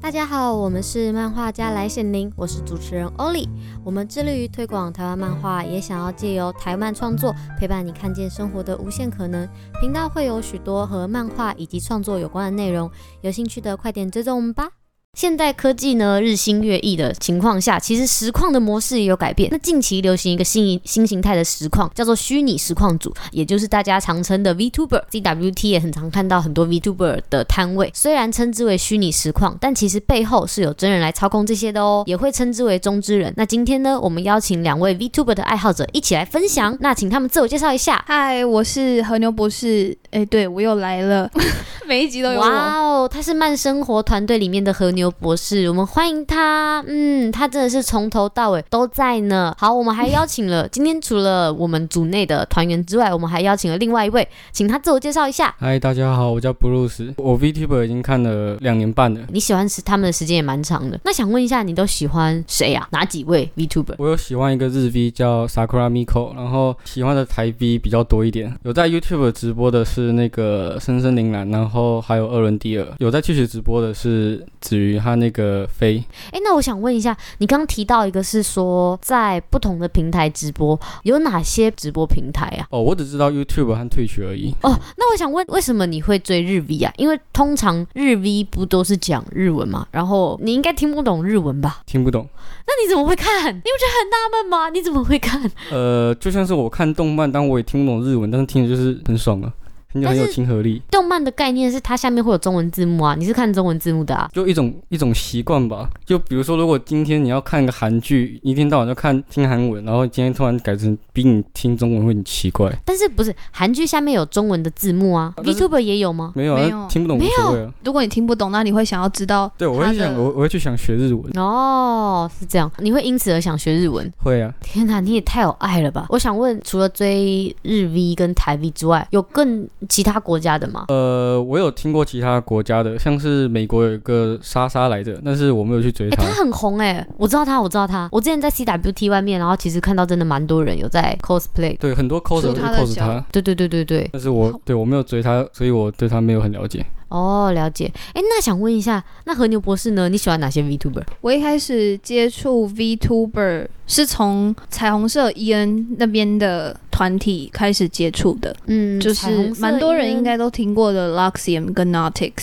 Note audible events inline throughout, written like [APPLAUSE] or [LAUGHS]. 大家好，我们是漫画家来显灵，我是主持人欧丽。我们致力于推广台湾漫画，也想要借由台漫创作陪伴你看见生活的无限可能。频道会有许多和漫画以及创作有关的内容，有兴趣的快点追踪我们吧。现代科技呢日新月异的情况下，其实实况的模式也有改变。那近期流行一个新新形态的实况，叫做虚拟实况组，也就是大家常称的 VTuber。ZWT 也很常看到很多 VTuber 的摊位，虽然称之为虚拟实况，但其实背后是有真人来操控这些的哦，也会称之为中之人。那今天呢，我们邀请两位 VTuber 的爱好者一起来分享，那请他们自我介绍一下。嗨，我是和牛博士。哎、对我又来了， [LAUGHS] 每一集都有我。哇哦，他是慢生活团队里面的和牛博士，我们欢迎他。嗯，他真的是从头到尾都在呢。好，我们还邀请了今天除了我们组内的团员之外，我们还邀请了另外一位，请他自我介绍一下。嗨，大家好，我叫 Bruce，我 VTuber 已经看了两年半了。你喜欢是他们的时间也蛮长的，那想问一下，你都喜欢谁呀、哪几位 VTuber？我有喜欢一个日 V 叫 Sakura Miko，然后喜欢的台 V 比较多一点。有在 YouTube 直播的是那个深深铃兰，然后还有二轮第二。有在 Twitch 直播的是子瑜和那个飞。哎，那我想问一下，你刚提到一个是说在不同的平台直播，有哪些直播平台啊？哦，我只知道 YouTube 和 Twitch 而已。哦，那我想问，为什么你会追日 V 啊？因为通常日 V 不都是讲日文嘛，然后你应该听不懂日文吧？听不懂。那你怎么会看？你不觉得很纳闷吗？你怎么会看？呃，就像是我看动漫，但我也听不懂日文，但是听着就是很爽啊，听着很有但是亲和力，动漫的概念是它下面会有中文字幕啊，你是看中文字幕的啊？就一种一种习惯吧。就比如说，如果今天你要看个韩剧，一天到晚就看听韩文，然后今天突然改成逼你听中文，会很奇怪。但是不是韩剧下面有中文的字幕啊啊但是？VTuber 也有吗？没有啊，没有听不懂无所谓啊。如果你听不懂，那你会想要知道对，我他会的想，我我会去想学日文。哦，是这样，你会因此而想学日文？会啊，天哪，你也太有爱了吧！我想问，除了追日 V 跟台 V 之外，有更其他国家的吗？呃，我有听过其他国家的，像是美国有一个莎莎来着，但是我没有去追哎、 [LAUGHS] 她。他很红哎、我知道他，我知道他。我之前在 CWT 外面，然后其实看到真的蛮多人有在 cosplay。对，很多 coser 出会她的 cos 脚她，对对对对对，但是我对我没有追她，所以我对她没有很了解。哦，了解。哎、那想问一下，那和牛博士呢？你喜欢哪些 VTuber？我一开始接触 VTuber 是从彩虹社 EN 那边的团体开始接触的，嗯就是蛮多人应该都听过的 Luxium 跟 Nautix，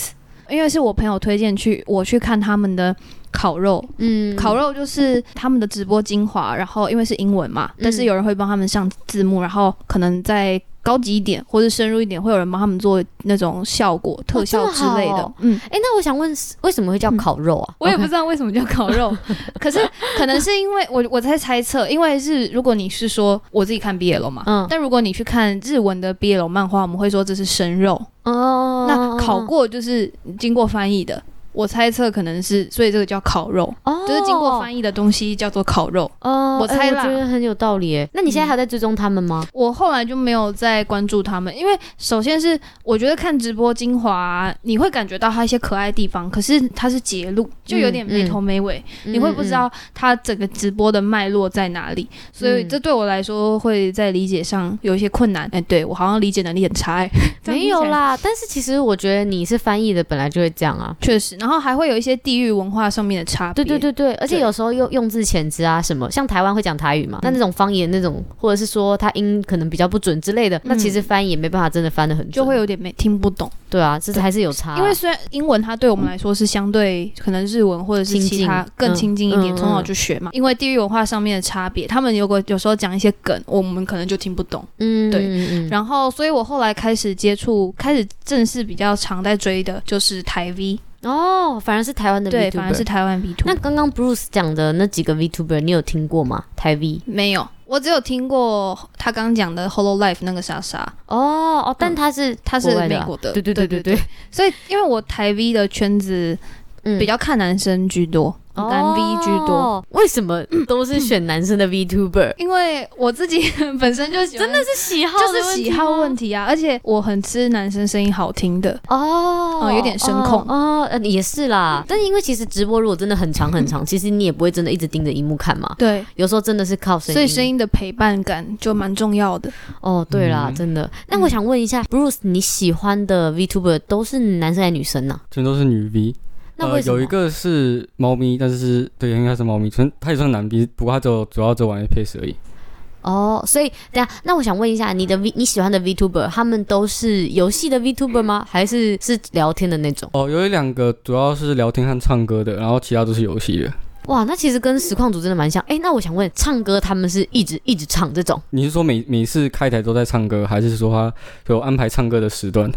因为是我朋友推荐去我去看他们的烤肉，嗯烤肉就是他们的直播精华，然后因为是英文嘛，但是有人会帮他们上字幕，然后可能再高级一点或者深入一点，会有人帮他们做那种效果、特效之类这么的。好哦嗯，哎、那我想问，为什么会叫烤肉啊？我也不 OK 知道为什么叫烤 [LAUGHS] 肉，可是可能是因为我我在猜测，因为是如果你是说我自己看 BL 嘛，嗯但如果你去看日文的 BL 漫画，我们会说这是生肉，哦，那烤过就是经过翻译的。我猜测可能是，所以这个叫烤肉，哦，就是经过翻译。译的东西叫做烤肉。哦，我哎猜啦嗯我觉得很有道理哎。那你现在还在追踪他们吗？我后来就没有再关注他们，因为首先是我觉得看直播精华、你会感觉到他一些可爱的地方，可是它是截录，就有嗯点没头没尾，你会不知道他整个直播的脉络在哪里，所嗯以这对我来说会在理解上有一些困难。哎、对我好像理解能力很差、哎这样嗯没听起来有啦，但是其实我觉得你是翻译的，本来就会这样啊。确实，然后还会有一些地域文化上面的差别。对对对对，而且对嗯有时候用用字遣词啊什么，像台湾会讲台语嘛，那那种方言那种，或者是说他音可能比较不准之类的，那其实翻译也没办法真的翻得很准，嗯就会有点没听不懂，对啊，这是还是有差啊、因为虽然英文它对我们来说是相对可能日文或者是其他亲近更亲近一点，嗯从小就学嘛。因为地域文化上面的差别，他们如果有时候讲一些梗，我们可能就听不懂。嗯对嗯嗯然后，所以我后来开始接触，开始正式比较常在追的就是台 V，哦，反而是台湾的 v 对， t u 反而是台湾 V two。那刚刚 Bruce 讲的那几个 VTuber，你有听过吗？台 V 没有，我只有听过他刚刚讲的 Hollow Life 那个莎莎，哦哦，但他是、他是外的美啊国的，对对对对对，所以，因为我台 V 的圈子嗯比较看男生居多，男 V 居多。哦为什么都是选男生的 [LAUGHS] VTuber？因为我自己 [LAUGHS] 本身就喜欢，真的这是喜好就是喜好问题题啊，而且我很吃男生声音好听的，哦哦有点声控哦，呃也是啦。但是因为其实直播如果真的很长很 [LAUGHS] 长，其实你也不会真的一直盯着荧幕看嘛。对，有时候真的是靠声音，所以声音的陪伴感就蛮重要的。哦，对啦，嗯真的。那我想问一下，Bruce，你喜欢的 VTuber 都是男生还是女生呢、啊全都是女 V，那呃，为什么？有一个是猫咪，但是对，应该是猫咪，纯它也算男逼，不过它只有主要只有玩 A 配色而已。哦，所以等一下，那我想问一下，你的 V 你喜欢的 VTuber，他们都是游戏的 VTuber 吗？还是是聊天的那种？哦，有一两个主要是聊天和唱歌的，然后其他都是游戏的。哇，那其实跟实况组真的蛮像。哎，那我想问，唱歌他们是一直一直唱这种你是说每每次开台都在唱歌，还是说它有安排唱歌的时段？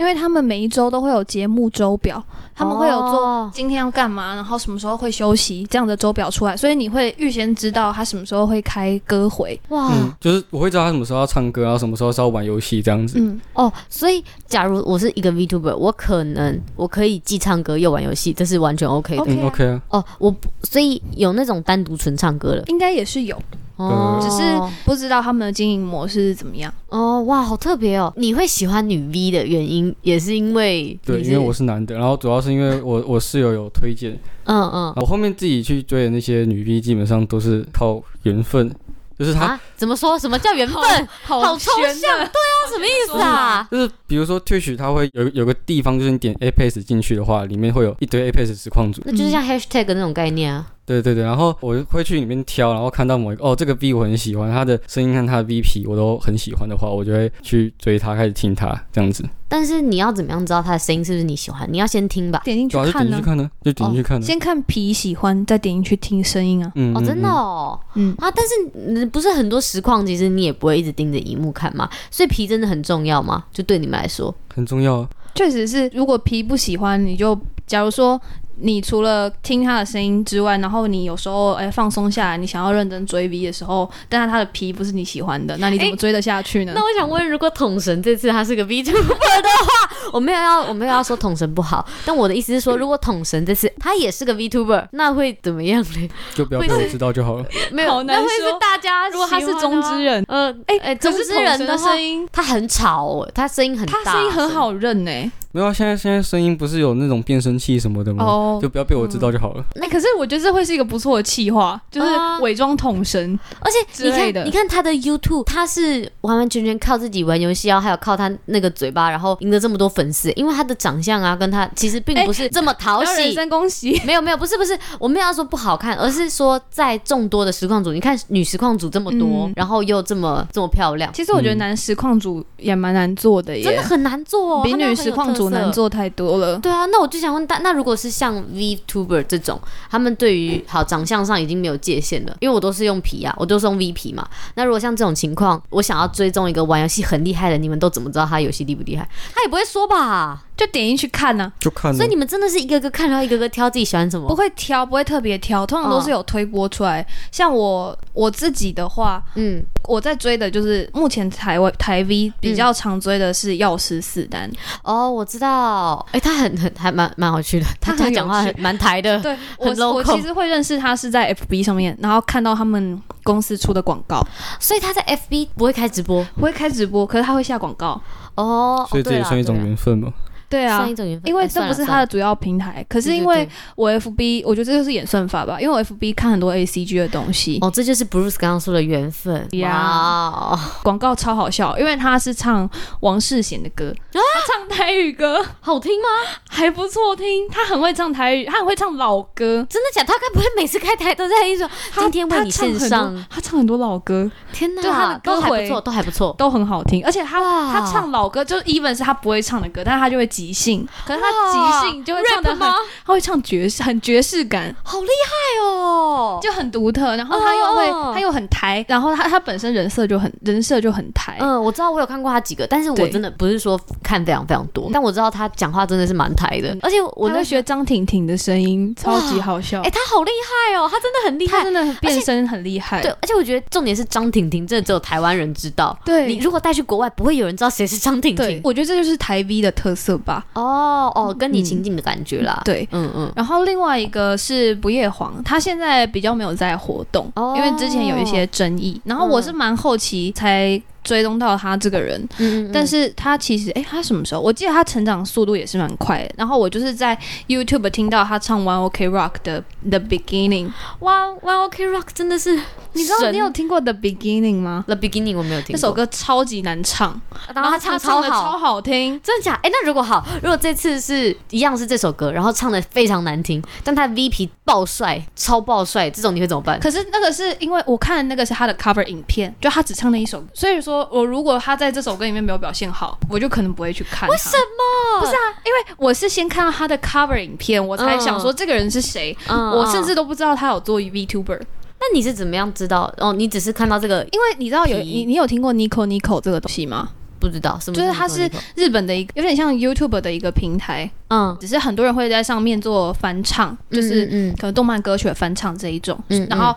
因为他们每一周都会有节目周表，他们会有做哦今天要干嘛，然后什么时候会休息这样的周表出来，所以你会预先知道他什么时候会开歌回。哇、嗯，就是我会知道他什么时候要唱歌，然后什么时候是要玩游戏这样子。嗯，哦，所以假如我是一个 VTuber，我可能我可以既唱歌又玩游戏，这是完全 OK 的。 OK 嗯啊，OK 啊，哦，我不所以有那种单独纯唱歌的应该也是有，呃哦，只是不知道他们的经营模式是怎么样。哦哇，好特别哦！你会喜欢女 V 的原因，也是因为对，你因为我是男的，然后主要是因为我我室友有推荐，嗯嗯我后面自己去追的那些女 B 基本上都是靠缘分，就是她啊，怎么说什么叫缘分？好好抽悬象的那什么意思啊？就是比如说 Twitch 它会有有个地方，就是你点 Apex 进去的话，里面会有一堆 Apex 实况组。那就是像 hashtag 那种概念啊。对对对，然后我会去里面挑，然后看到某一个哦，这个 B 我很喜欢，他的声音和他的 V P 我都很喜欢的话，我就会去追他，开始听他这样子。但是你要怎么样知道他的声音是不是你喜欢？你要先听吧。点进去主要是点看进呢去、看哦呢，就点进去看呢。先看皮喜欢，再点进去听声音啊。嗯哦，嗯真的嗯哦，嗯啊，但是嗯不是很多实况，其实你也不会一直盯着荧幕看嘛，所以皮真的很重要嘛，就对你们来说，很重要啊。确实是，如果皮不喜欢，你就假如说你除了听他的声音之外，然后你有时候哎、放松下来，你想要认真追 V 的时候，但是他的皮不是你喜欢的，那你怎么追得下去呢？那我想问，如果统神这次他是个 B t u b e [LAUGHS] 的话，我没有要我没有要说统神不好，但我的意思是说，如果统神这次他也是个 VTuber，那 E，会怎么样呢？就不要被我知道就好了。没有，好难那会是说大家如果他是喜欢中的话之人，呃，哎、哎，中啊可是之人统神的的话声，音，他很吵、哦，他声音很大，他声音很。好欸认呢、没有啊，现在现在声音不是有那种变声器什么的吗？哦就不要被我知道就好了。那、可是我觉得这会是一个不错的企划，就是啊伪装统神，而且你之类的看，你看他的 YouTube，他是完完全全靠自己玩游戏，然后还有靠他那个嘴巴，然后赢得这么多粉丝。因为他的长相啊，跟他其实并不是这么讨然后人 [LAUGHS] 喜。生恭喜。没有没有，不是不是，我没有要说不好看，而是说在众多的实况组，你看女实况组这么多，嗯然后又这么这么漂亮，其实我觉得嗯男实况组也蛮难做的耶，真的很难做哦，比他们女很有实况特色组难做太多了。对啊，那我就想问大，那如果是像 VTuber 这种，他们对于好长相上已经没有界限了，因为我都是用皮啊，我都是用 V 皮嘛。那如果像这种情况，我想要追踪一个玩游戏很厉害的，你们都怎么知道他游戏厉不厉害？他也不会说吧？就点进去看啊呢、就看所以你们真的是一个个看，然后一个个挑自己喜欢什么？不会挑，不会特别挑，通常都嗯是有推播出来。像我我自己的话，嗯，我在追的就是目前台湾台 V 比较常追的是药师四 [LAUGHS] 单，哦，我知道，哎、他很很还蛮蛮有趣的，他他他很有讲话趣很蛮台的，对很我我 local 其实会认识他是在 FB 上面，然后看到他们公司出的广告，所以他在 FB 不会开直播不会开直播，可是他会下广告。哦，所以哦这也算一种、缘分嘛。对对啦对啦啊算一，种缘分，因为哎这不是他，算了算了的主要平台，可是因对对为对我 FB，我觉得这就是演算法吧，因为我 FB 看很多 ACG 的东西，哦，这就是 Bruce 刚刚说的缘分，呀哇、哦，广告超好笑，因为他是唱王世贤的歌，啊他唱台语歌。好听吗？还不错听，他很会唱台语，他很会唱老歌。真的假的？他该不会每次开台都在一 [LAUGHS] 首他今天为你献他唱很上多？他唱很多老歌天哪，就他的歌都还不回错，都还不错。都很好听，而且他哇他唱老歌，就是 even 是他不会唱的歌，但是他就会即兴，可是哇他即兴就会唱的 rap 吗很，他会唱爵士，很爵士感，好厉害哦！就很独特。然后他又会，哦他又很台，然后他他本身人设就很人设就很台，嗯，我知道我有看过他几个，但是我对真的不是说看非常非常多，但我知道他讲话真的是蛮台的，而且我我那在学张婷婷的声音，超级好笑哎、，他好厉害哦，他真的很厉他害。真的变声很厉害对，，而且我觉得重点是张婷婷，真的只有台湾人知道。对你如果带去国外，不会有人知道谁是张婷对婷，。我觉得这就是台 V 的特色吧，哦哦，跟你嗯亲近的感觉啦。对。嗯嗯，然后另外一个是不夜皇，他现在比较没有在活动，哦因为之前有一些争议。然后我是蛮后期才追踪到他这个人，嗯嗯嗯但是他其实，诶，他什么时候？我记得他成长速度也是蛮快的。然后我就是在 YouTube 听到他唱 One OK Rock 的 The Beginning，哇哇 OK Rock 真的是你知道神你有听过 The Beginning 吗？ The Beginning 我没有听这过首，歌超级难唱，然后他唱超唱的超好。好听。真的假？哎、那如果好，如果这次是一样是这首歌，然后唱的非常难听，但他 V P 爆帅，超爆帅，这种你会怎么办？可是那个是因为我看的那个是他的 cover 影片，就他只唱那一首歌，所以说我如果他在这首歌里面没有表现好，我就可能不会去看。为什么？不是啊，因为我是先看到他的 cover 影片，我才想说这个人是谁，嗯我甚至都不知道他有做 VTuber。那你是怎么样知道？哦，你只是看到这个，因为你知道有皮你你有听过 Nico Nico 这个东西吗？不知道什么？就是它是什么日本的一个有点像 YouTube 的一个平台，嗯，只是很多人会在上面做翻唱，就是嗯嗯可能动漫歌曲的翻唱这一种。嗯嗯然后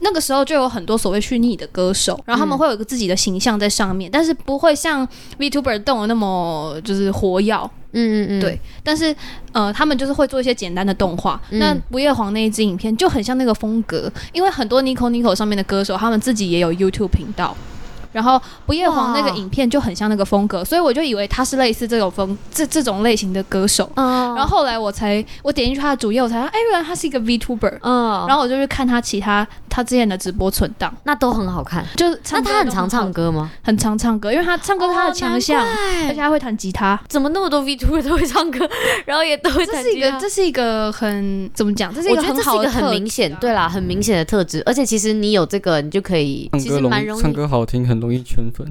那个时候就有很多所谓虚拟的歌手，嗯然后他们会有一个自己的形象在上面，但是不会像 VTuber 动的那么就是活跃。嗯嗯嗯，对但是呃，他们就是会做一些简单的动画。嗯那不夜黄那一支影片就很像那个风格，因为很多 Nico Nico 上面的歌手他们自己也有 YouTube 频道。然后不夜黄那个哇影片就很像那个风格，所以我就以为他是类似这种风这这种类型的歌手。嗯，然后后来我才我点进去他的主页，我才发现哎，原来他是一个 VTuber。嗯，然后我就去看他其他他之前的直播存档，那都很好看。就是那唱歌他很都常唱好，歌哦吗？很常唱歌，因为他唱歌是他的强项，而且他会弹吉他。怎么那么多 VTuber 都会唱歌， [LAUGHS] 然后也都会这弹是一吉个他这是一个很怎么讲？这是一我个觉得很这是好一的个很特明质显，啊对啦，很明显的特质。而且其实你有这个，你就可以，唱其歌实蛮容容易，唱易。歌好听很容易圈粉。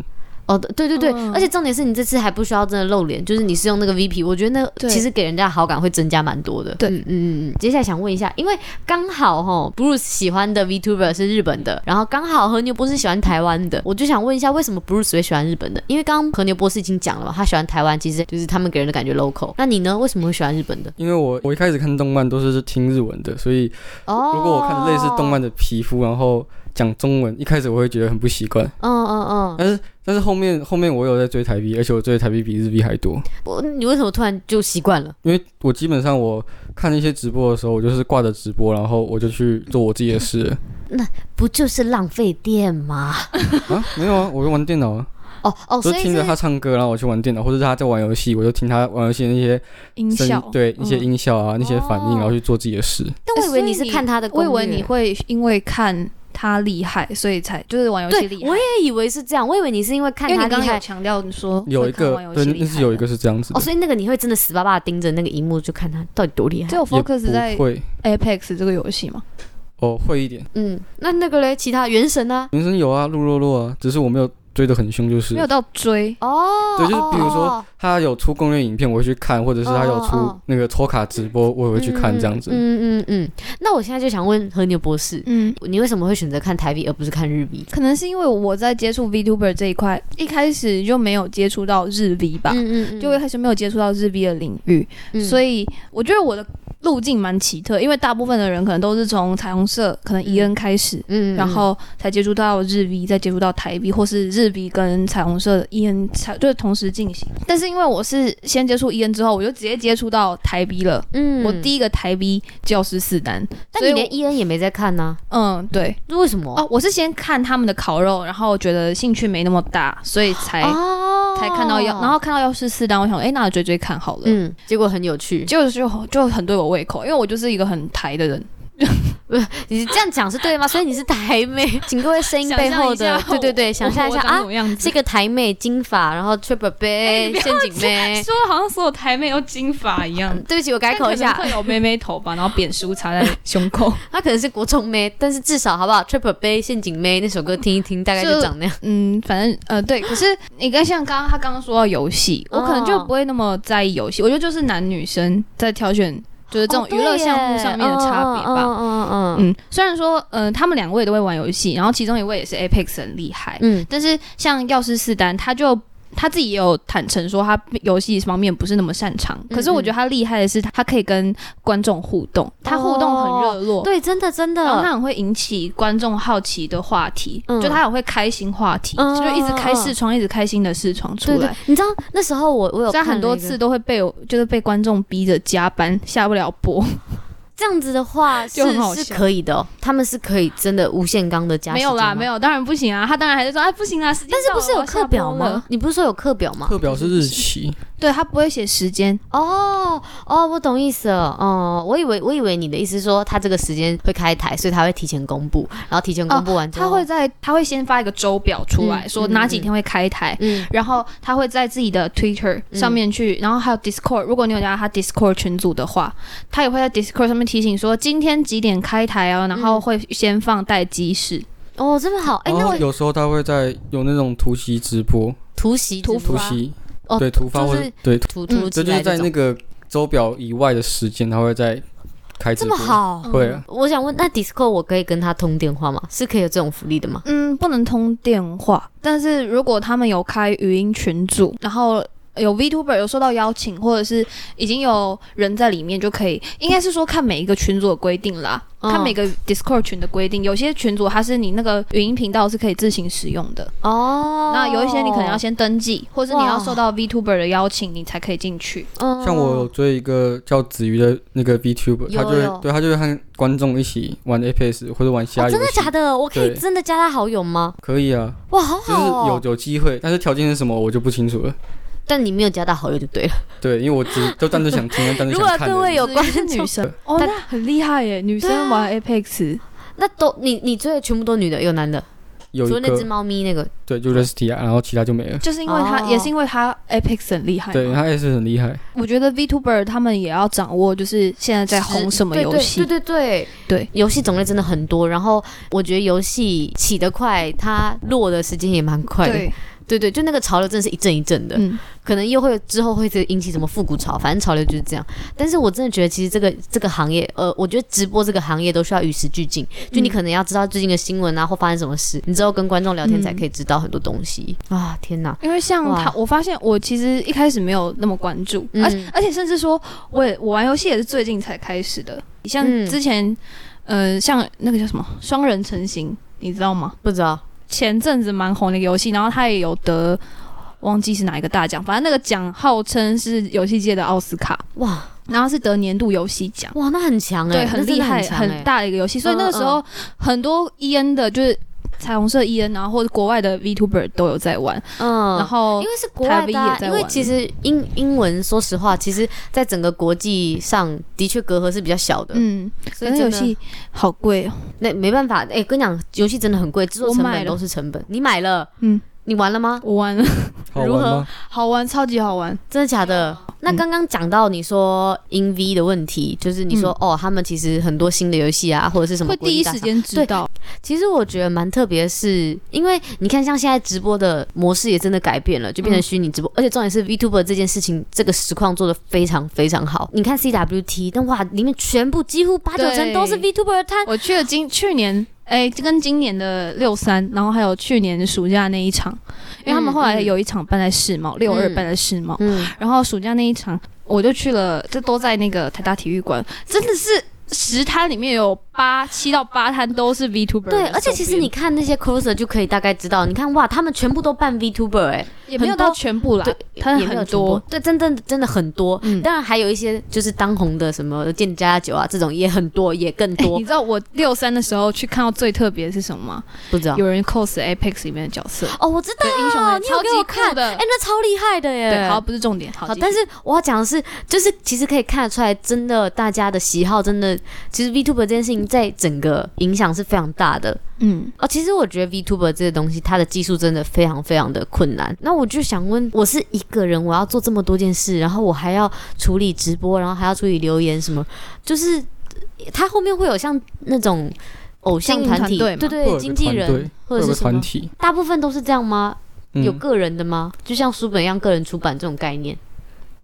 哦，对对对，嗯而且重点是你这次还不需要真的露脸，就是你是用那个 VP，我觉得那对其实给人家好感会增加蛮多的。对嗯嗯嗯。接下来想问一下，因为刚好哈，Bruce 喜欢的 VTuber 是日本的，然后刚好和牛波是喜欢台湾的，我就想问一下，为什么 Bruce 会喜欢日本的？因为刚刚和牛波是已经讲了嘛，他喜欢台湾，其实就是他们给人的感觉 local。那你呢？为什么会喜欢日本的？因为我我一开始看动漫都是听日文的，所以哦，如果我看类似动漫的皮肤，然后讲中文，一开始我会觉得很不习惯。嗯，嗯嗯嗯，但是但是后面后面我有在追台币，而且我追的台币比日币还多，我你为什么突然就习惯了？因为我基本上我看一些直播的时候，我就是挂着直播，然后我就去做我自己 [LAUGHS] 的事了不就是浪费电吗？啊，没有啊，我就玩电脑啊，哦哦，就所是以听着他是唱歌，然后我去玩电脑，或者他在玩游戏，我就听他玩游戏的那些音声效音，。对一些嗯音效啊，那些反应，哦然后去做自己的事。但我以所为以你是看他的我攻以略，为你会因为看他厉害，所以才就是玩游戏对厉，害。我也以为是这样，我以为你是因为看因为他你刚厉刚有害强调你说有一个会看玩游对，戏厉害那是有一个是这样子哦，的，所以那个你会真的死巴巴地盯着那个荧幕就看他到底多厉害只。有也 focus 在不会 Apex 这个游戏嘛？哦，会一点。嗯，那那个嘞，其他原神呢？原神有啊，露露露啊，只是我没有追得很凶，就是没有到追，哦，对，就是比如哦说他有出攻略影片，我会去看，或者是他有哦出哦那个抽卡直播，我也会去看这样子。嗯嗯嗯嗯，那我现在就想问和牛博士，嗯。你为什么会选择看台币而不是看日币？可能是因为我在接触 VTuber 这一块，一开始就没有接触到日 V 吧，嗯嗯就一开始没有接触到日 V 的领域，所以以我觉得我的路径蛮奇特，因为大部分的人可能都是从彩虹社，可能嗯伊恩开始，嗯然后才接触到日 V，再接触到台 V，或是日 V 跟彩虹社的 EN 才就是同时进行。但是因为我是先接触 EN 之后，我就直接接触到台 V 了。嗯我，第一个台 V 教师四单，但所以你我连伊 E 恩也没在看呢，嗯对那为什么？哦，我是先看他们的烤肉，然后觉得兴趣没那么大，所以才、哦才看到要，然后看到要是四单，我想哎、诶那我追追看好了。嗯，结果很有 [LAUGHS] 趣。结果就就很对我胃口，因为我就是一个很台的人，你这样讲是对的吗？所以你是台妹， [LAUGHS] 请各位声音背后的想象一，下对对对，我想象一下我长啊什，么样子是一个台妹金发，然后 triple 哎杯你不要陷阱妹。说好像所有台妹都金发嗯一样，对不起，我改口一但下可，能会有妹妹头发，然后扁梳插在胸口。她可能是国中妹，但是至少好不好？Triple 杯陷阱妹那首歌听一听，大概就就长那样。 [LAUGHS] 嗯，反正呃，对。可是你看，像刚刚他刚刚说到游戏，我可能就不会那么在意游戏。我觉得就是男女生在挑选，就是这种娱乐项目上面的差别吧。哦嗯嗯嗯嗯，虽然说呃，他们两位都会玩游戏，然后其中一位也是 Apex 很厉害，嗯但是像药师四丹，他就他自己也有坦诚说，他游戏方面不是那么擅长。嗯可是我觉得他厉害的是，他可以跟观众互动，他互动很热嗯，络。对，真的真然后他的，很会引起观众好奇的话题，嗯就他很会开新话题，嗯就一直开视窗，一直开新的视窗出对对来。，你知道那时候我我有所以他看很多了一个次，都会被我就是被观众逼着加班，下不了播。这样子的话是就很好是笑可以的、哦，他们是可以真的无限钢的加没有啦，没有。有，当然不行啊。他当然还是说，哎，不行啊，时间但是到了不是有课表？我要下播吗了？你不是说有课表吗？课表是日期，对他不会写时间，哦哦，我懂意思了。哦，我以为我以为你的意思是说他这个时间会开台，所以他会提前公布，然后提前公布完之后，哦他会在他会先发一个周表出来，嗯说嗯哪几天会开台，嗯然后他会在自己的 Twitter 嗯上面去，然后还有 Discord，如果你有加他 Discord 群组的话，他也会在 Discord 上面提醒说今天几点开台哦，然后会先放待机室、哦，这么好。哎、然那后我有时候他会在有那种突袭直播，突袭突直播突发袭哦对突发就或是者对，这突嗯突起就是来在这那种，个周表以外的时间，他会在开直这播么。好。会啊，我想问，那 Disco 我可以跟他通电话吗？是可以有这种福利的吗？嗯，不能通电话，但是如果他们有开语音群组，然后有 VTuber 有受到邀请，或者是已经有人在里面，就可以，应该是说看每一个群组的规定啦，嗯看每个 Discord 群的规定，有些群组它是你那个语音频道是可以自行使用的，哦，那有一些你可能要先登记，或是你要哇受到 VTuber 的邀请，你才可以进去。嗯，像我有追一个叫子瑜的那个有 VTuber，他就会有对他就会和观众一起玩 FPS 或者玩其他哦游戏。真的假的？我可以对真的加他好友吗？可以啊，哇，好就是好有哦！有机会，但是条件是什么我就不清楚了。但你没有加他好友就对了。对，因为我只都单纯想听，单纯如果想看而已。各位有关关是女注，生哦，但那很厉害耶，女对啊生玩 Apex，那都你你追的全部都女的，有男的，有除了一那只个猫咪那个。对，就 Restia，然后其他就没了。就是因为她，哦也是因为她 Apex 很厉哎害嘛，对，啊他 S 很厉害，我觉得 VTuber 他们也要掌握，就是现在在红什么游戏。对对对对对，游戏种类真的很多。然后我觉得游戏起得快，它落的时间也蛮快的。对对，就那个潮流真的是一阵一阵的，嗯，可能又会之后会引起什么复古潮，反正潮流就是这样。但是我真的觉得，其实这个这个行业，呃，我觉得直播这个行业都需要与时俱进。就你嗯可能要知道最近的新闻啊，或发生什么事，你之后跟观众聊嗯天才可以知道很多东西、啊！天哪，因为像哇他，我发现我其实一开始没有那么关注，嗯而且而且甚至说我也我玩游戏也是最近才开始的。像嗯之前，呃，像那个叫什么双人成型，你知道吗？不知道前阵子蛮红的游戏，然后他也有得忘记是哪一个大奖，反正那个奖号称是游戏界的奥斯卡，哇然后是得年度游戏奖。哇，那很强哎、对，那很真厉的害，强欸很大的一个游戏。所以那个时候很多 E N 的，就是彩虹社 E N，然后或者国外的 VTuber 都有在玩，嗯，然后因为是国外的、啊台，北也在因玩为其实英英文，说实话，其实在整个国际上的确隔阂是比较小的，嗯，所可以真是游的戏好贵哦。那没办法。哎、跟你讲，游戏真的很贵，制作我成买本了都是成本。你买了，嗯，你玩了吗？我玩了，啊好如玩何吗？好玩，超级好玩。真的假的？嗯那刚刚讲到你说英 V 的问题，就是你说、哦，他们其实很多新的游戏啊，或者是什么嗯会国际第一大时厂间知道，其实我觉得蛮特别的是，因为你看，像现在直播的模式也真的改变了，就嗯变成虚拟直播，而且重点是 VTuber 这件事情，这个实况做的非常非常好。你看 CWT，但哇，里面全部几乎八九成对都是 VTuber 的摊，我去了今去年，哎、跟今年的六三，然后还有去年暑假那一场，因为他们后来嗯嗯有一场办在世贸，六二嗯办在世贸，嗯，然后暑假那一场，我就去了，这都在那个台大体育馆，真的是十摊里面有八七到八摊都是 VTuber 的手对，边。而且其实你看那些 coser 就可以大概知道，你看哇，他们全部都办 VTuber 哎、也没有很多到全部啦，对，摊也没有很全部多，，对，真的真的很多。嗯当然还有一些就是当红的什么店家酒啊这种也很多，也更多，你知道我六三的时候去看到最特别的是什么吗？不知道。有人 cos Apex 里面的角色，哦，我知道，对英雄联盟你有超给我级看酷，的哎、。那超厉害的耶！对，好，不是重点，好，好，继续但是我要讲的是，就是其实可以看得出来，真的大家的喜好真的，其实 VTuber 这件事情在整个影响是非常大的。嗯，哦，其实我觉得 VTuber 这个东西，它的技术真的非常非常的困难。那我就想问，我是一个人，我要做这么多件事，然后我还要处理直播，然后还要处理留言什么，就是呃它后面会有像那种偶像经营团体，团队嘛对会有对，个经纪团队人或会者有是个什么团，体，大部分都是这样吗？嗯有个人的吗？就像书本一样，个人出版这种概念。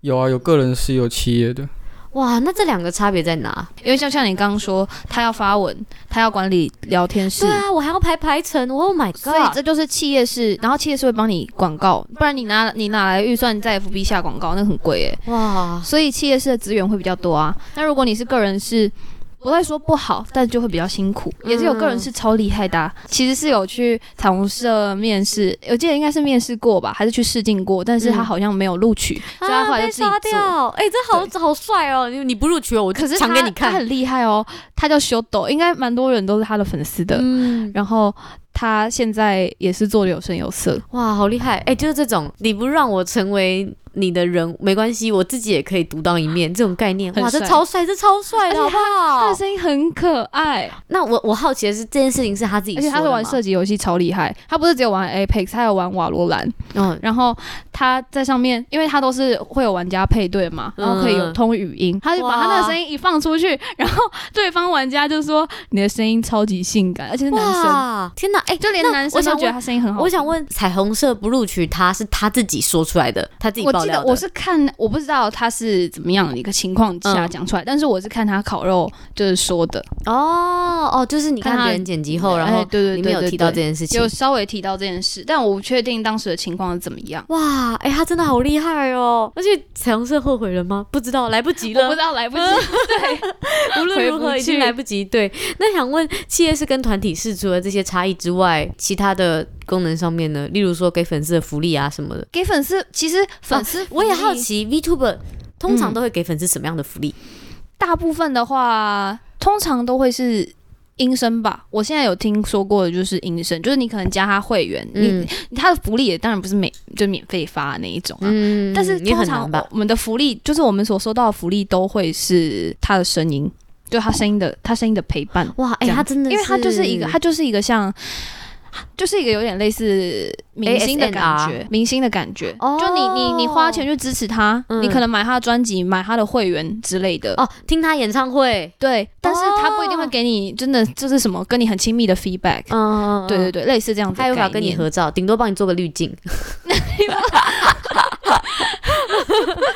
有啊，有个人是有企业的，哇，那这两个差别在哪？因为像像你刚刚说，他要发文，他要管理聊天室对，啊，我还要排排程，Oh my 所以 god！这就是企业是，然后企业是会帮你广告，不然你拿你拿来预算在 FB 下广告，那很贵诶。哇，所以企业式的资源会比较多啊。那如果你是个人是，不会说不好，但就会比较辛苦。也是有个人是超厉害的啊、其实是有去彩虹社面试，我记得应该是面试过吧，还是去试镜过，但是他嗯好像没有录取，所以他后啊，来被就自己刷做。掉，哎、这好好帅哦！你你不录取我，我就可是抢他给你看他。很厉害哦，他叫修斗，应该蛮多人都是他的粉丝的。嗯，然后他现在也是做的有声有色，哇，好厉害！哎、就是这种，你不让我成为你的人，没关系，我自己也可以独当一面，这种概念，很哇，这帅超帅，这超帅的，好而且不他的好？声音很可爱，那我我好奇的是，这件事情是他自己而说的且吗，他会玩射击游戏超厉害。他不是只有玩 Apex，他有玩瓦罗兰，嗯，然后他在上面，因为他都是会有玩家配对嘛，嗯然后可以有通语音，他就把他那哇个声音一放出去，然后对方玩家就说你的声音超级性感，而且是男生，哇，天哪，哎、就连那男生我都想觉得问，他声音很好。我想。问，彩虹社不录取他是他自己说出来的，他自己我爆记料得的。我是看，我不知道他是怎么样的一个情况下嗯讲出来，但是我是看他烤肉就是说的，哦哦，就是你看看他别人剪辑后，然哎后对对里对面有对提到这对件事情有。稍微提到这件事，但我不确定当时的情况是怎么样。哇，哎、他真的好厉害哦！而且彩虹社后悔了吗？不知道，来不及我了不。知道来不及，嗯 [LAUGHS] 对， [LAUGHS] 无论回如不何已经去来不及。对，那想问，企业是跟团体是除了这些差异之外，其他的功能上面呢？例如说给粉丝的福利啊什么的。给粉丝，其实粉丝、我也好，奇，Vtuber 通常都会给粉丝什么样的福利？大部分的话，通常都会是。音声吧，我现在有听说过的就是音声，就是你可能加他会员，嗯你他的福利也当然不是免就免费发的那一种啊，嗯但是也通很常难吧？我们的福利就是我们所收到的福利都会是他的声音，就他声音的他声音的陪伴，哇，哎、这样他真的，因为他就是一个他就是一个像。就是一个有点类似明星的感觉 ASMR 明星的感觉。哦就你你你花钱去支持他，嗯你可能买他的专辑、买他的会员之类的。哦，听他演唱会，对，但是他不一定会给你真的就是什么跟你很亲密的 feedback。嗯，对对对，类似这样子他的概有念。法跟你合照，顶多帮你做个滤镜。 [LAUGHS]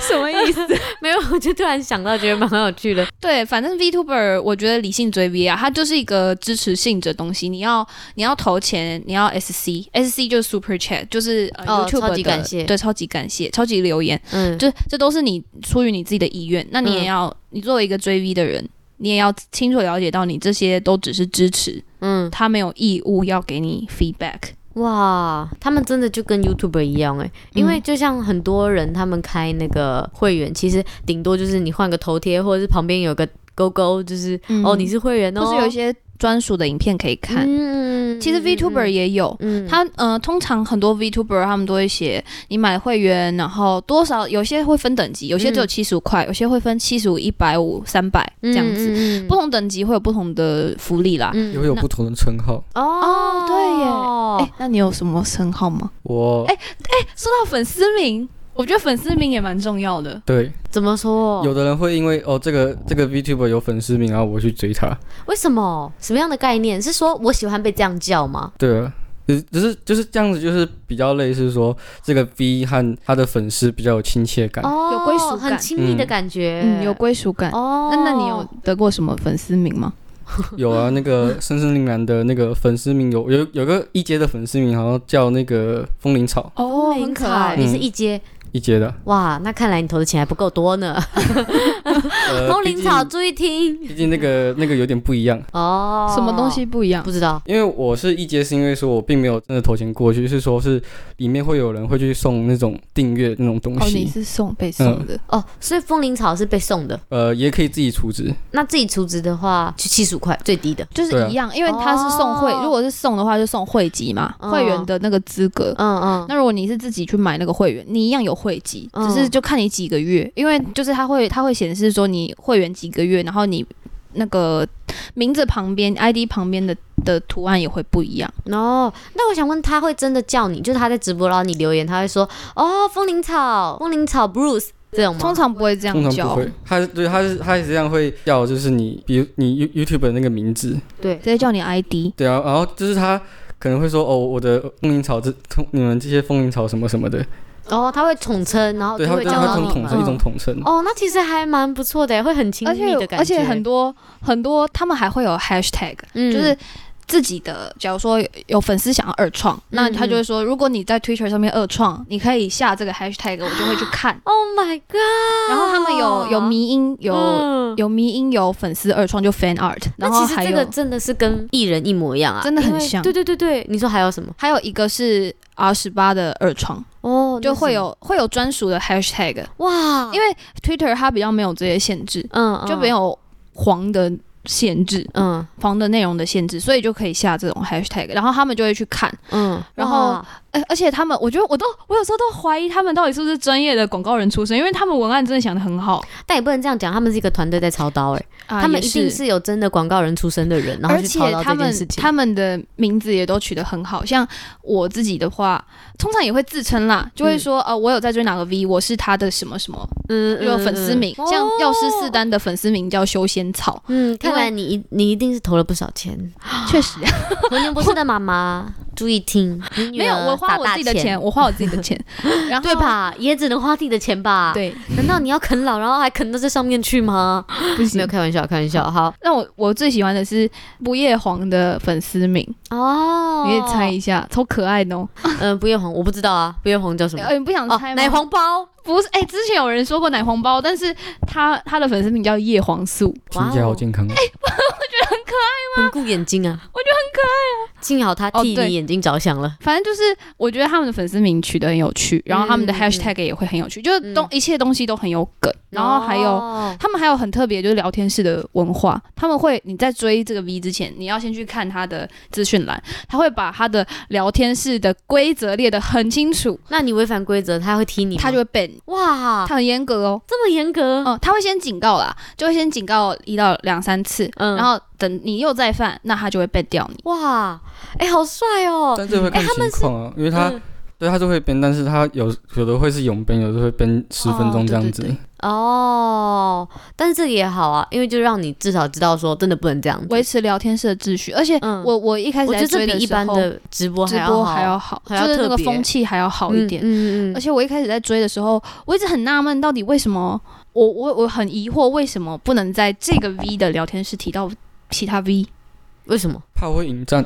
什么意思？ [LAUGHS] 没有，我就突然想到，觉得蛮有趣的。对，反正 VTuber 我觉得理性追 V 啊，它就是一个支持性质的东西。你要你要投钱，你要 SC，SC 就是 Super Chat，就是、呃哦 YouTube 超级的感谢对，超级感谢，超级留言。嗯，就这都是你出于你自己的意愿，那你也嗯要，你作为一个追 V 的人，你也要清楚了解到，你这些都只是支持，嗯，他没有义务要给你 feedback。哇，他们真的就跟 YouTuber 一样哎、因嗯为就像很多人他们开那个会员，其实顶多就是你换个头贴，或者是旁边有个勾勾，就是、哦你是会员哦，嗯或是有一些专属的影片可以看。嗯其实 VTuber 也有，嗯他呃，通常很多 VTuber 他们都会写你买会员，然后多少有些会分等级，有些只有嗯七十五块，有些会分七十五、一百五、三百这样子，子不同等级会有不同的福利啦。嗯也会有不同的称号。哦哦对耶哎、耶，那你有什么称号吗？我哎说到粉丝名，我觉得粉丝名也蛮重要的。对，怎么说？有的人会因为哦这个这个 VTuber 有粉丝名，然后我去追他。为什么？什么样的概念？是说我喜欢被这样叫吗？对啊，就是就是就是这样子，就是比较类似说这个 V 和他的粉丝比较有亲切感。哦，有归属感很亲密的嗯感觉，嗯，有归属感。哦。那那你有得过什么粉丝名吗？有啊，那个嗯深深林兰的那个粉丝名有有有个一阶的粉丝名，好像叫那个风铃草哦很可嗯爱，你是一阶。一阶的。哇，那看来你投的钱还不够多呢。呃风铃草，毕注意听竟毕竟那个那个有点不一样。哦。什么东？西不一样？哦不知道。因为我是一阶，是因为说我并没有真的投钱过去，是说是里面会有人会去送那种订阅那种东哦，你西，是送被送的，哦，所以风铃草是被送的。呃，也可以自己储值。那自己储值的话，就七十五块最低的。就是一样，因为他是送会，哦如果是送的话就送会籍嘛，嗯会员的那个资格。嗯嗯。那如果你是自己去买那个会员，你一样有会籍，嗯只是就看你几个月，因为就是它会它会显示说你会员几个月，然后你那个名字旁边 ID 旁边的的图案也会不一样。哦，那我想问，他会真的叫你？就是他在直播，然后你留言，他会说：“哦，风铃草，风铃草 Bruce 这种吗？”通常不会这通样叫，常不会，他是对他是他是这样会叫，就是你，比如你 You YouTube 的那个名字，对直接叫你 ID。对啊，然后就是他可能会说哦，我的风铃草这通你们这些风铃草什么什么的，哦，他会统称，然后对就他会对叫他到统你统们。称一种统称，哦，那其实还蛮不错的，会很亲而且密的感觉，而且很多很多，他们还会有 hashtag，、嗯就是自己的，假如说有有粉丝想要二创，那他就会嗯说，如果你在 Twitter 上面二创，你可以下这个 hashtag，我就会去看。 Oh my god！然后他们有有迷音，有、嗯有迷音，有粉丝二创就 fan art，然那后其实还这有个真的是跟艺人一模一样啊，真的很因为像对对对对，你说还有什么？还有一个是 R 十八的二创，哦，就那会是有会有专属的 hashtag，哇，因为 Twitter 它比较没有这些限制，嗯就没有黄的限制，嗯黄的内容的限制，所以就可以下这种 hashtag，然后他们就会去看。嗯，然后哇哎，而且他们，我觉得我都，我有时候都怀疑他们到底是不是专业的广告人出身，因为他们文案真的想的很好，但也不能这样讲，他们是一个团队在操刀哎、啊他们一也定是有真的广告人出身的人，然后而去且操刀他这件们事情。他们的名字也都取得很好，像我自己的话，通常也会自称啦，就会说、呃，我有在追哪个 V，我是他的什么什么，嗯就有粉丝名，像药师四丹的粉丝名叫修仙草，嗯，看因为来你一你一定是投了不少钱。 [GASPS] 确实啊何牛博士的妈妈，注意听，你女 [LAUGHS] 没有，儿我花打我大自己的钱，钱，我花我自己的 [LAUGHS] 钱，然后对？吧？也只能花自己的钱吧？，对，难道你要啃老，然后还啃到这上面去吗？不没行有。开玩笑，开玩笑。好那我我最喜欢的是不夜黄的粉丝名，哦，你可以猜一下，超可爱的哦。嗯，不夜黄，我不知道啊，不夜黄叫什么？呃，你不想哦猜，吗？奶黄包。不是，哎、之前有人说过奶黄包，但是他他的粉丝名叫叶黄素，哇哦听起来好健康哦。很顾眼睛啊，我觉得很可爱啊。幸好他哦替对你眼睛着想了，反正就是我觉得他们的粉丝名取得很有趣，然后他们的嗯 hashtag 也会很有趣，就是东、嗯一切东西都很有梗，然后还有。哦他们还有很特别，就是聊天室的文化。他们会你在追这个 V 之前，你要先去看他的资讯栏，他会把他的聊天室的规则列得很清楚，那你违反规则，他会踢你吗，他就会 ban 你，哇，他很严格哦。这么严格，嗯，他会先警告啦，就会先警告一到两三次，嗯然后等你又再犯，那他就会 ban 掉你。哇，哎，好帅哦，但这会看情况啊，因为他嗯对他就会编，但是他有有的会是永编，有的会编十分哦钟对这样对子。对哦，但是这个也好啊，因为就让你至少知道说真的不能这样子维持聊天室的秩序。而且我、嗯我一开始我觉在得这追比一时般候，的直播直还要播好还要好，还要就是那特个别风气还要好一点。嗯嗯嗯而且我一开始在追的时候，我一直很纳闷，到底为什么我我我很疑惑，为什么不能在这个 V 的聊天室提到其他 V？为什么？怕会迎战，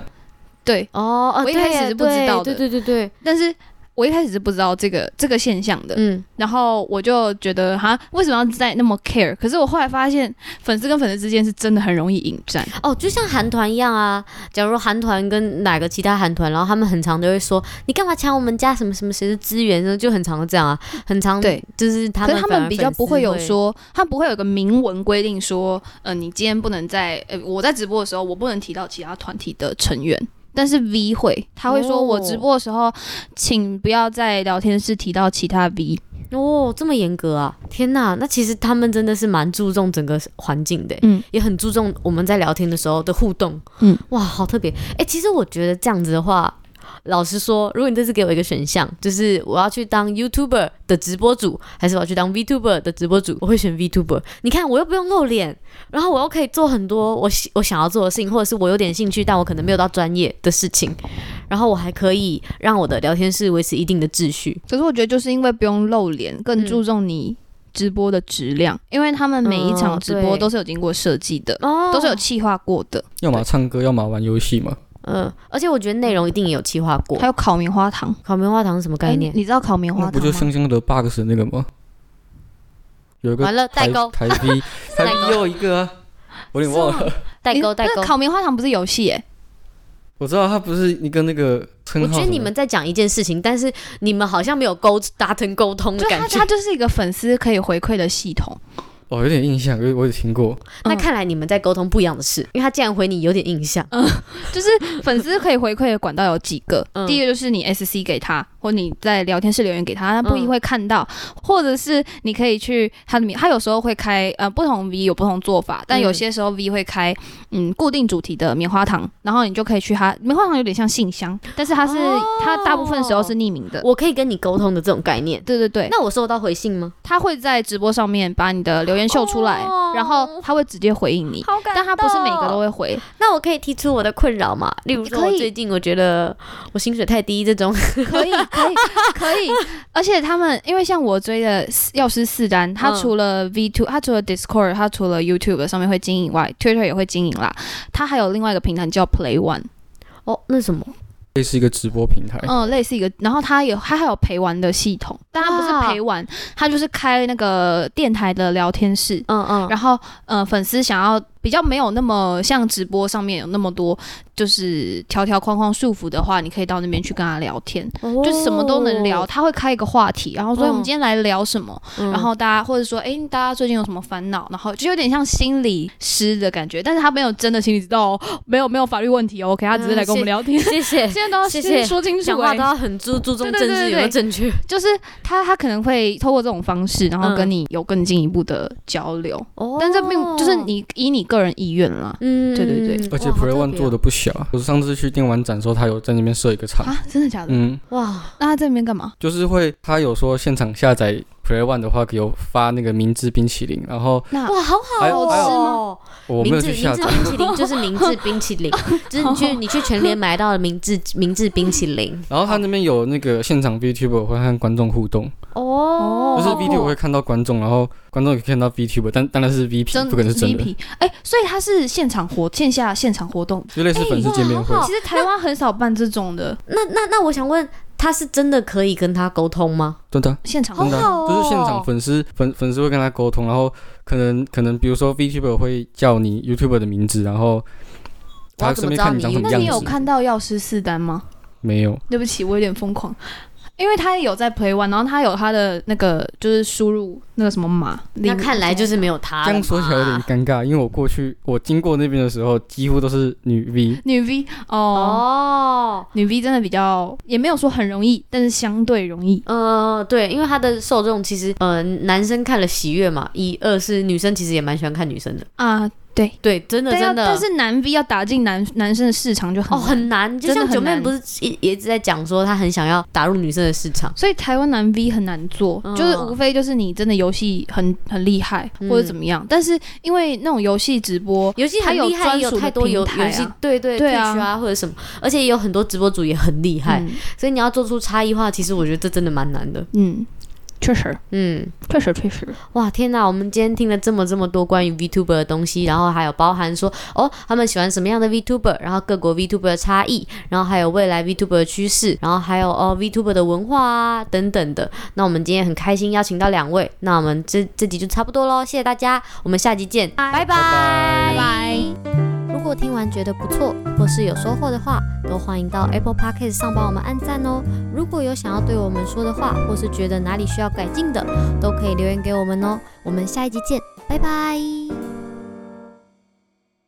对，哦，哦我一开始对耶是不知道的对对对对，对但是我一开始是不知道这个这个现象的。嗯，然后我就觉得哈，为什么要在那么 care？可是我后来发现，粉丝跟粉丝之间是真的很容易引战。哦，就像韩团一样啊。假如韩团跟哪个其他韩团，然后他们很常都会说，你干嘛抢我们家什么什么谁的资源呢？就很常这样啊，很常对，就是他可们是他反们而比较粉丝不会有说，他不会有个明文规定说，呃，你今天不能在，呃，我在直播的时候，我不能提到其他团体的成员。但是 V 会，他会哦说我直播的时候，请不要在聊天室提到其他 V。哦这么严格啊，天呐，那其实他们真的是蛮注重整个环境的欸、嗯，也很注重我们在聊天的时候的互动，嗯，哇，好特别。哎、其实我觉得这样子的话。老实说，如果你这次给我一个选项，就是我要去当 YouTuber 的直播主，还是我要去当 VTuber 的直播主，我会选 VTuber。你看，我又不用露脸，然后我又可以做很多我喜我想要做的事情，或者是我有点兴趣，但我可能没有到专业的事情，然后我还可以让我的聊天室维持一定的秩序。可是我觉得就是因为不用露脸，更嗯注重你直播的质量，因为他们每一场哦直播对都是有经过设计的，哦都是有企划过的，要么唱歌，要么玩游戏嘛。嗯，而且我觉得内容一定也有企划过还。有烤棉花糖。烤棉花糖是什么概念哎？你知道烤哦棉那花不糖就吗？香香的 bugs 那个吗？有一个完了，代台沟，台 [LAUGHS] B 代台 B 又一个啊，我有点忘了。代你沟，代那沟个。烤棉花糖不是游戏耶？我知道他不是一个那个称我号什觉得么，你们在讲一件事情，但是你们好像没有沟达成沟通的就它感觉它。就是一个粉丝可以回馈的系统。哦有点印象，有我有听过。 [LAUGHS] 那嗯看来你们在沟通不一样的事，因为他竟然回你有点印象。就是粉丝可以回馈的管道有几个，嗯第一个就是你 SC 给他，或你在聊天室留言给他，他不嗯一定会看到，或者是你可以去他的名，他有时候会开呃不同 V 有不同做法，嗯但有些时候 V 会开嗯固定主题的棉花糖，然后你就可以去他棉花糖有点像信箱，但是它是、哦它大部分时候是匿名的，我可以跟你沟通的这种概念，对对对，那我收到回信吗？他会在直播上面把你的留留言秀出来，哦然后他会直接回应你。好感但他不是每个都会回，那我可以提出我的困扰嘛？例如说，可我以最近我觉得我薪水太低，这种 [LAUGHS] 可以，可以，可以。而且他们，因为像我追的药师四单，他嗯除了 V two，他除了 Discord，他除了 YouTube 上面会经营以外，Twitter 也会经营啦。他还有另外一个平台叫 Play One，哦，那什么？类似一个直播平台。哎哦嗯，类似一个，然后他有他还有陪玩的系统，但他不是陪玩，他就是开那个电台的聊天室，嗯嗯，然后呃，粉丝想要比较没有那么像直播上面有那么多就是条条框框束缚的话，你可以到那边去跟他聊天，就是什么都能聊。哦，他会开一个话题，然后说哎嗯我们今天来聊什么，嗯然后大家或者说诶，大家最近有什么烦恼，然后就有点像心理师的感觉，但是他没有真的心理指导哦，没有没有法律问题哦，OK，他只是来跟我们聊 [LAUGHS] 天。 [LAUGHS] 谢谢。现在都要谢先谢说清楚、讲话诶都要很注注重政对对对治对有没有正确，就是他他可能会透过这种方式，然后嗯跟你有更进一步的交流，哦但这并就是，你以你个人意愿啦。嗯对对对而且 Play One 做的不小，啊我上次去电玩展的时候，他有在那边设一个场。啊，真的假的？嗯，哇，那他在那边干嘛？就是会，他有说现场下载 Play One 的话，有发那个明治冰淇淋，然后那哇，好好还有还有哦！哎我没明有治去下明治载。冰淇淋就是明治冰淇 [LAUGHS] 淋，就是你去你去全联买到的明 [LAUGHS] 治明治冰淇淋然后他那边有那个现场 VTuber 会和观众互动，哦哦就是 VTuber VTuber 会看到观众，然后观众也可以看到 VTuber，但当然是 VP，真不可能是真人， VP 哎、所以他是现场活线下现场活动。就类似粉丝见面会哎。哇其实台湾很少办这种的那那那我想问，他是真的可以跟他沟通吗？真的，现场活好真动的好哦啊，就是现场粉丝粉粉丝会跟他沟通，然后可能可能比如说 VTuber 会叫你 YouTuber 的名字，然后我要他怎么知顺便道看你长什么那样你有子。看到药师四单吗？没有，对不起，我有点疯狂，因为他有在 Play One，然后他有他的那个就是输入那个什么码，那看来就是没有他了嘛。这样说起来有点尴尬，因为我过去我经过那边的时候，几乎都是女 V，女 V 哦。哦。女 V 真的比较，也没有说很容易，但是相对容易。呃，对，因为他的受众其实，呃，男生看了喜悦嘛，一二是女生其实也蛮喜欢看女生的，啊，对，对，真的但要真的，但是男 V 要打进男男生的市场就很哦难很难，就真的像很九妹难不是一一直在讲说她很想要打入女生的市场，所以台湾男 V 很难做，嗯就是无非就是你真的游戏很很厉害嗯或者怎么样，但是因为那种游戏直播，游戏它很有厉害，专也有属太的多游平游台戏啊，，对对对啊 Twitch 啊或者什么，而且也有很多直播主也很厉害，嗯所以你要做出差异化，其实我觉得这真的蛮难的。嗯，确实，嗯，确实，确实，哇，天哪！我们今天听了这么这么多关于 VTuber 的东西，然后还有包含说哦，他们喜欢什么样的 VTuber，然后各国 VTuber 的差异，然后还有未来 VTuber 的趋势，然后还有哦 VTuber 的文化啊等等的。那我们今天很开心邀请到两位，那我们这这集就差不多喽，谢谢大家，我们下集见，拜拜拜拜。如果听完觉得不错，或是有收获的话，都欢迎到 Apple Podcast 上帮我们按赞哦。如果有想要对我们说的话，或是觉得哪里需要改进的，都可以留言给我们哦。我们下一集见，拜拜。